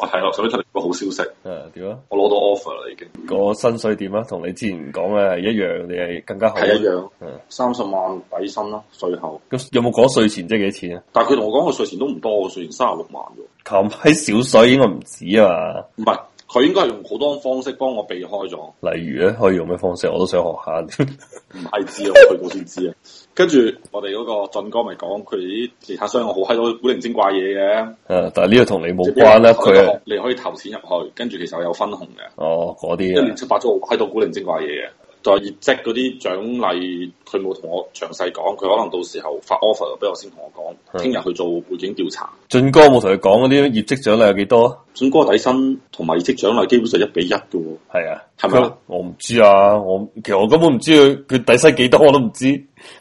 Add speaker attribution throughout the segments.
Speaker 1: 我睇落水啊睇嚟個好消息，
Speaker 2: 啊，點啊？
Speaker 1: 我攞到 offer 啦已經，
Speaker 2: 個薪水點啊？同你之前講嘅係一樣定係更加好？
Speaker 1: 係一啊樣
Speaker 2: 嗯。
Speaker 1: 三十萬底薪啦，税後。
Speaker 2: 咁有冇講稅前即係幾錢啊？
Speaker 1: 但係佢同我講個税前都唔多，我税前三十六萬啫。
Speaker 2: 冚閪少水應該唔止啊
Speaker 1: 唔係，佢應該係用好多方式幫我避開咗。
Speaker 2: 嘛？例如咧，啊可以用咩方式？我都想學下。
Speaker 1: 唔係知啊，我去過先知啊。 跟住我哋嗰個俊哥咪講佢啲地產商好閪多古靈精怪嘢嘅，
Speaker 2: 誒，啊但係呢個同你冇關
Speaker 1: 啊
Speaker 2: 啦，佢係
Speaker 1: 你可以投錢入去，跟住其實有分紅嘅，
Speaker 2: 哦嗰
Speaker 1: 一
Speaker 2: 啲
Speaker 1: 亂
Speaker 2: 啊，
Speaker 1: 七八糟好閪多古靈精怪嘢嘅。就係業績嗰啲獎勵，佢冇同我詳細講，佢可能到時候發 offer 俾我先同我講，
Speaker 2: 嗯
Speaker 1: 聽日去做背景調查。
Speaker 2: 俊哥有冇同佢講嗰啲業績獎勵有幾多啊？
Speaker 1: 俊哥底薪同埋業績獎勵基本上一比一嘅喎，
Speaker 2: 係啊，
Speaker 1: 係咪啊
Speaker 2: 佢我唔知啊，我其實我根本唔知佢佢底薪幾多，我都唔知。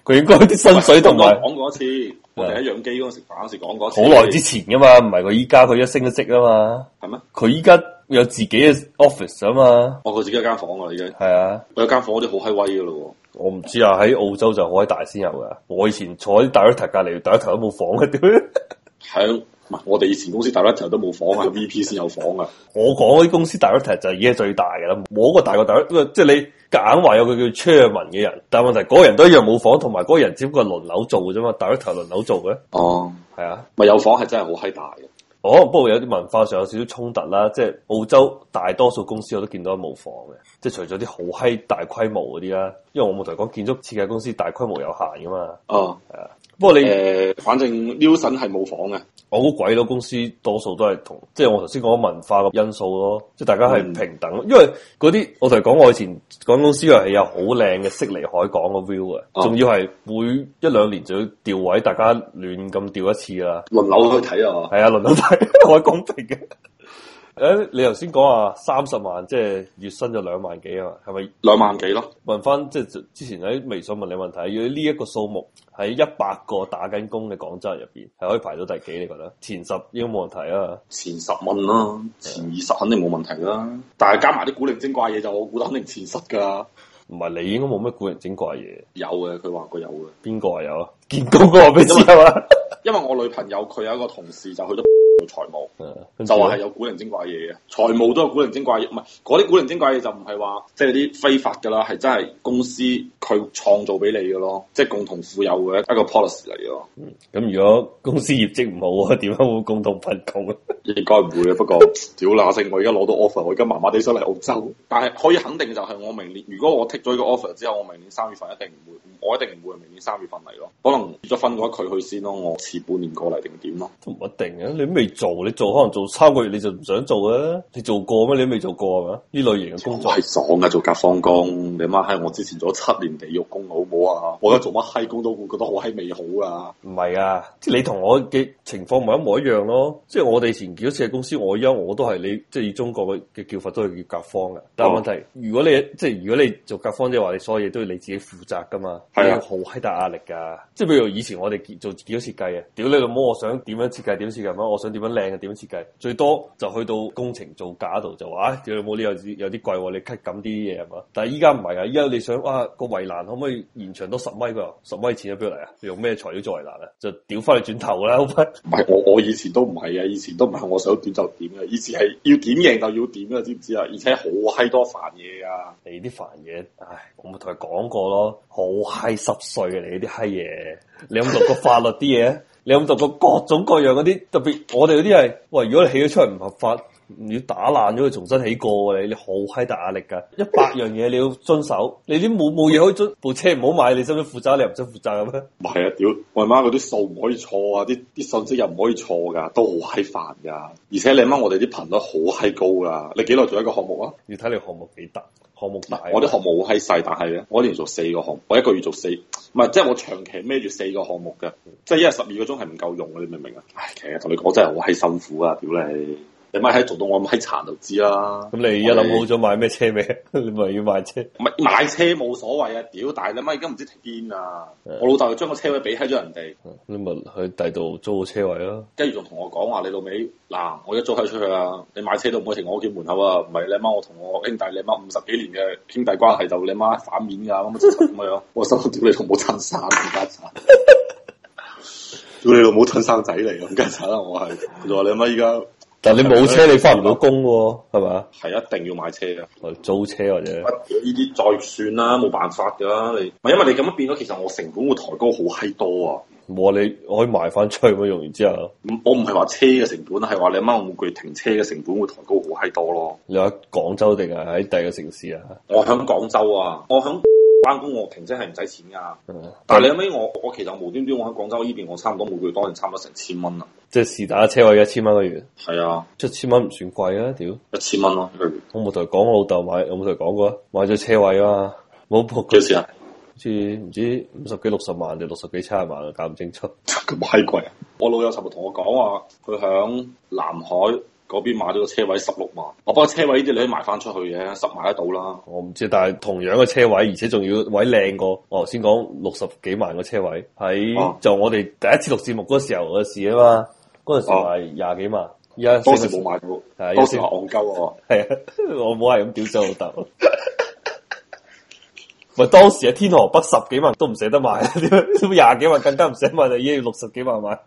Speaker 2: 佢應該啲薪水同埋
Speaker 1: 我講過一次，我哋喺養基嗰陣食飯嗰時講過一次，
Speaker 2: 好耐之前噶嘛，唔係佢依家佢一升一職啊嘛，
Speaker 1: 係咩？
Speaker 2: 佢依家有自己嘅 office 啊嘛，
Speaker 1: 我佢自己有間房㗎啦已經，
Speaker 2: 係啊，
Speaker 1: 佢有間房嗰啲好閪威㗎咯喎。
Speaker 2: 我唔知啊，喺澳洲就好喺大先有噶，我以前坐喺 director 隔離，director 都冇房啊屌！
Speaker 1: 係 啊，唔係我哋以前公司大 i r 都冇房 啊，VP 先有房啊。
Speaker 2: 我講嗰啲公司 director 就已經係最大嘅啦，冇一個大過 director，即係你夾硬話有個叫 chairman 嘅人，但係問題嗰個人都一樣冇房，同埋嗰個人只不過係輪流做嘅啫嘛，director 輪流做嘅，
Speaker 1: 哦，
Speaker 2: 係啊。
Speaker 1: 咪有房係真係好閪大嘅。
Speaker 2: 哦，不過有啲文化上有少少衝突啦，即係澳洲大多數公司我都見到係冇房嘅，即係除咗啲好閪大規模嗰啲啦，因為我冇同你講建築設計公司大規模有限噶嘛。
Speaker 1: 哦，
Speaker 2: 不過你、
Speaker 1: 誒，反正 Newson 係冇房嘅。
Speaker 2: 我估鬼佬公司多數都係同，即係我頭先講文化嘅因素咯，即係大家係
Speaker 1: 嗯
Speaker 2: 平等，因為嗰啲我同你講，我以前講公司係有好靚嘅悉尼海港嘅 view 啊，
Speaker 1: 哦
Speaker 2: 仲要係每一兩年就要調位，大家亂咁調一次啦。
Speaker 1: 輪流去睇啊！
Speaker 2: 係啊，輪到睇，我係 公平嘅。誒，你頭先講話三十萬，即係月薪就兩萬幾啊嘛，係咪？
Speaker 1: 兩萬幾咯，
Speaker 2: 問翻即係之前喺微信問你問題，要呢一個數目喺一百個打緊工嘅廣州人入邊，係可以排到第幾？你覺得前十應該冇問題啊？
Speaker 1: 前十蚊啦，前二十肯定冇問題啦。但係加埋啲古靈精怪嘢就我估得肯定前十㗎啦。
Speaker 2: 唔係你應該冇乜古靈精怪嘢，
Speaker 1: 有嘅，佢話佢有嘅。
Speaker 2: 邊個係有啊？見工嗰個俾知 啊嘛
Speaker 1: 因為我女朋友佢有一個同事就去咗做 財務，
Speaker 2: 嗯，跟住
Speaker 1: 就
Speaker 2: 呢
Speaker 1: 話係有古靈精怪嘢嘅。財務都有古靈精怪嘢，唔係嗰啲古靈精怪嘢就唔係話即係啲非法㗎啦，係真係公司佢創造俾你嘅咯，即係共同富有嘅一個 policy 嚟嘅咯。
Speaker 2: 咁，如果公司業績唔好啊，點樣會共同貧窮啊？
Speaker 1: 應該唔會嘅，不過屌乸聲，我而家攞到 offer，我而家麻麻地想嚟澳洲，但係可以肯定嘅就係我明年，如果我剔咗呢個 offer 之後，我明年三月份一定唔會，我一定唔會係明年三月份嚟咯，可能結咗婚嘅話佢去先咯，我遲半年過嚟定點咯，
Speaker 2: 都唔一定嘅，你都未做，你做可能做三個月你就唔想做啊？你做過咩？你都未做過係嘛？呢類型嘅工
Speaker 1: 我
Speaker 2: 作，
Speaker 1: 係爽啊嘅做甲方工，你媽閪我之前做咗七年地獄工好唔好啊？我而家做乜閪工都會覺得好閪美好啊！
Speaker 2: 唔係啊，即係你同我嘅情況咪一模一樣咯。即係我哋以前建築設計公司，我而家我都係你，即係以中國嘅叫法都係叫甲方嘅。但係問題，如果你即係如果你做甲方，即係話你所有嘢都要你自己負責噶嘛，
Speaker 1: 係啊
Speaker 2: 你有好閪大壓力㗎。即係譬如以前我哋建做建築設計嘅，屌你老母，我想點樣設計點樣設計乜，我想點樣靚嘅點樣設計，最多就去到工程造價度就話，唉、屌你老母呢有啲有啲貴喎，你 cut 咁啲嘢係嘛？但係依家唔係啊，依家你想哇個圍欄可唔可以延長多十米㗎？十米錢喺邊度嚟啊？你用咩材料做圍欄啊？就屌翻你轉頭啦，好快！
Speaker 1: 唔係我我以前都唔係啊，以前都唔係我想點就點嘅，以前係要點贏就要點嘅，知唔知啊？而且好閪多煩嘢啊！
Speaker 2: 你啲煩嘢，唉，我咪同佢講過咯，好閪濕碎嘅你啲閪嘢，你有冇讀過法律啲嘢？ 你有冇讀過各種各樣嗰啲？特別我哋嗰啲係，喂，如果你起咗出嚟唔合法，你要打爛咗佢重新起過喎你，你好閪大壓力㗎，一百樣嘢你要遵守，你啲冇冇嘢可以遵，部車唔好買，你使唔使負責？你又唔使負責嘅咩？
Speaker 1: 唔係啊，屌！我阿媽嗰啲數唔可以錯啊，啲啲信息又唔可以錯噶，都好閪煩噶。而且你阿媽我哋啲頻率好閪高噶。你幾耐做一個項目啊？
Speaker 2: 要睇你項目幾大，項目大啊，
Speaker 1: 我啲項目好閪細，但係咧，我一年做四個項目，我一個月做四，唔係即係我長期孭住四個項目嘅，即係一日十二個鐘係唔夠用嘅，你明唔明啊？唉，其實同你講真係好閪辛苦啊！屌你，你媽喺做到我咁閪殘就知啦。
Speaker 2: 咁你而家諗好咗買咩 車未？你咪要買車。
Speaker 1: 唔係買車冇所謂啊，屌！但係你媽而家唔知停邊啊！
Speaker 2: 嗯
Speaker 1: 我老豆就將個車位俾閪咗人哋。
Speaker 2: 你咪去第度租個車位咯，
Speaker 1: 跟住仲同我講話，你老味嗱，我一早喺出去啊，你買車都唔可以停我屋企門口啊，唔係你媽我同我兄弟你媽五十幾年嘅兄弟關係就你媽反面㗎咁啊咁樣，我心諗屌你老母親生而家 產， 屌你老母親生仔嚟㗎，而家產我係，佢就話你媽依家
Speaker 2: 但你冇車你翻 唔到工喎，係嘛？
Speaker 1: 係一定要買車嘅。
Speaker 2: 或者租車或者
Speaker 1: 不過呢啲再算啦，冇辦法㗎啦。你唔係因為你咁樣變咗，其實我成本會抬高好閪多啊！
Speaker 2: 冇啊，你可以賣翻出去咁用完之後，
Speaker 1: 唔我唔係話車嘅成本，係話你掹玩具停車嘅成本會抬高好閪多咯。
Speaker 2: 你喺廣州定係喺第二個城市啊？
Speaker 1: 我喺廣州啊，我喺 翻工，我停車係唔使錢㗎。
Speaker 2: 嗯
Speaker 1: 但係你後尾我我其實無端端我喺廣州呢邊，我差唔多每個月當然差唔多成千蚊啦。
Speaker 2: 即係是打車位一千蚊個月，
Speaker 1: 係啊，
Speaker 2: 一千蚊唔算貴啊！屌，
Speaker 1: 一千蚊咯一個月。
Speaker 2: 我冇同佢講，我老豆買，我冇同佢講過啊，買咗車位啊嘛，冇仆
Speaker 1: 幾多錢啊？
Speaker 2: 好似唔知五十幾六十萬定六十幾七十萬啊，搞唔清楚。
Speaker 1: 咁閪貴啊！我老友尋日同我講話，佢響南海嗰邊買咗個車位十六萬。我不過車位呢啲你可以賣翻出去嘅，十賣得到啦。
Speaker 2: 我唔知，但係同樣嘅車位，而且仲要位靚過。我頭先講六十幾萬個車位，喺、
Speaker 1: 哦
Speaker 2: 就我哋第一次錄節目嗰時候嘅事啊嘛，嗰陣時
Speaker 1: 哦
Speaker 2: 賣廿幾萬，而家
Speaker 1: 當時冇買到，
Speaker 2: 係
Speaker 1: 當時話戇鳩喎。
Speaker 2: 係啊，我冇係咁屌咗老豆。咪當時喺天河北十幾萬都唔捨得買， 點解廿幾萬更加唔捨得買，就已經要六十幾萬買。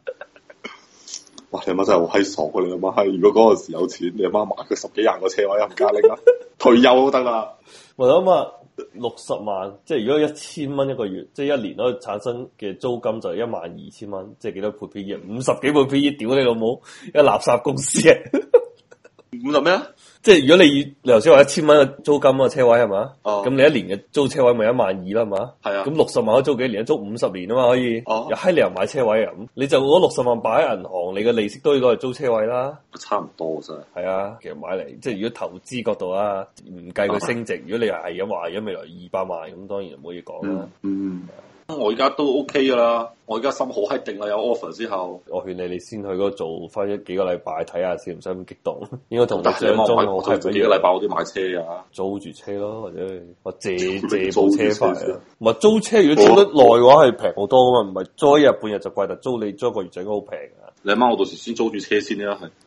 Speaker 1: 哇！你阿媽真係好閪傻啊！你阿媽閪，如果嗰陣時有錢，你阿媽買佢十幾廿個車位冚家 拎啦，退休都得啦。
Speaker 2: 我諗啊，六十萬，即係如果一千蚊一個月，即係一年可以產生嘅租金就係一萬二千蚊，即係幾多倍 P E？五十幾倍 P E，屌你老母，一垃圾公司啊！
Speaker 1: 五十咩啊？
Speaker 2: 即係如果你以你頭先話一千蚊嘅租金啊車位係嘛？
Speaker 1: 哦
Speaker 2: 咁、你一年嘅租車位咪一萬二啦係嘛？
Speaker 1: 係啊
Speaker 2: 咁六十萬可以租幾年？租五十年啊嘛可以。
Speaker 1: 哦
Speaker 2: 又閪你又買車位啊咁，你就攞六十萬擺喺銀行，你嘅利息都要攞嚟租車位啦。
Speaker 1: 差唔多真係。
Speaker 2: 係啊，其實買嚟即係如果投資角度啊，唔計佢升
Speaker 1: 啊
Speaker 2: 值。如果你係咁話，而家未來二百萬咁，當然冇嘢講啦。
Speaker 1: 嗯，我而家都 OK 噶啦，我而家心好閪定啦，有 offer 之後。
Speaker 2: 我勸你，你先去嗰度做翻一幾個禮拜睇下先，唔使咁激動。 應該同你
Speaker 1: 但
Speaker 2: 想
Speaker 1: 係你
Speaker 2: 像中
Speaker 1: 阿媽
Speaker 2: 好
Speaker 1: 我
Speaker 2: 係
Speaker 1: 係
Speaker 2: 唔
Speaker 1: 做
Speaker 2: 一
Speaker 1: 幾個禮
Speaker 2: 樣。
Speaker 1: 拜我都要買車啊。
Speaker 2: 租住車咯，或者我 借借部
Speaker 1: 租住
Speaker 2: 車
Speaker 1: 車先啊
Speaker 2: 翻嚟。啊唔係租車，如果租得耐嘅話係平好多噶嘛，唔係租一日半日就貴，但租你租一個月就應該好平啊。
Speaker 1: 你阿媽我到時先租住車先啦，係。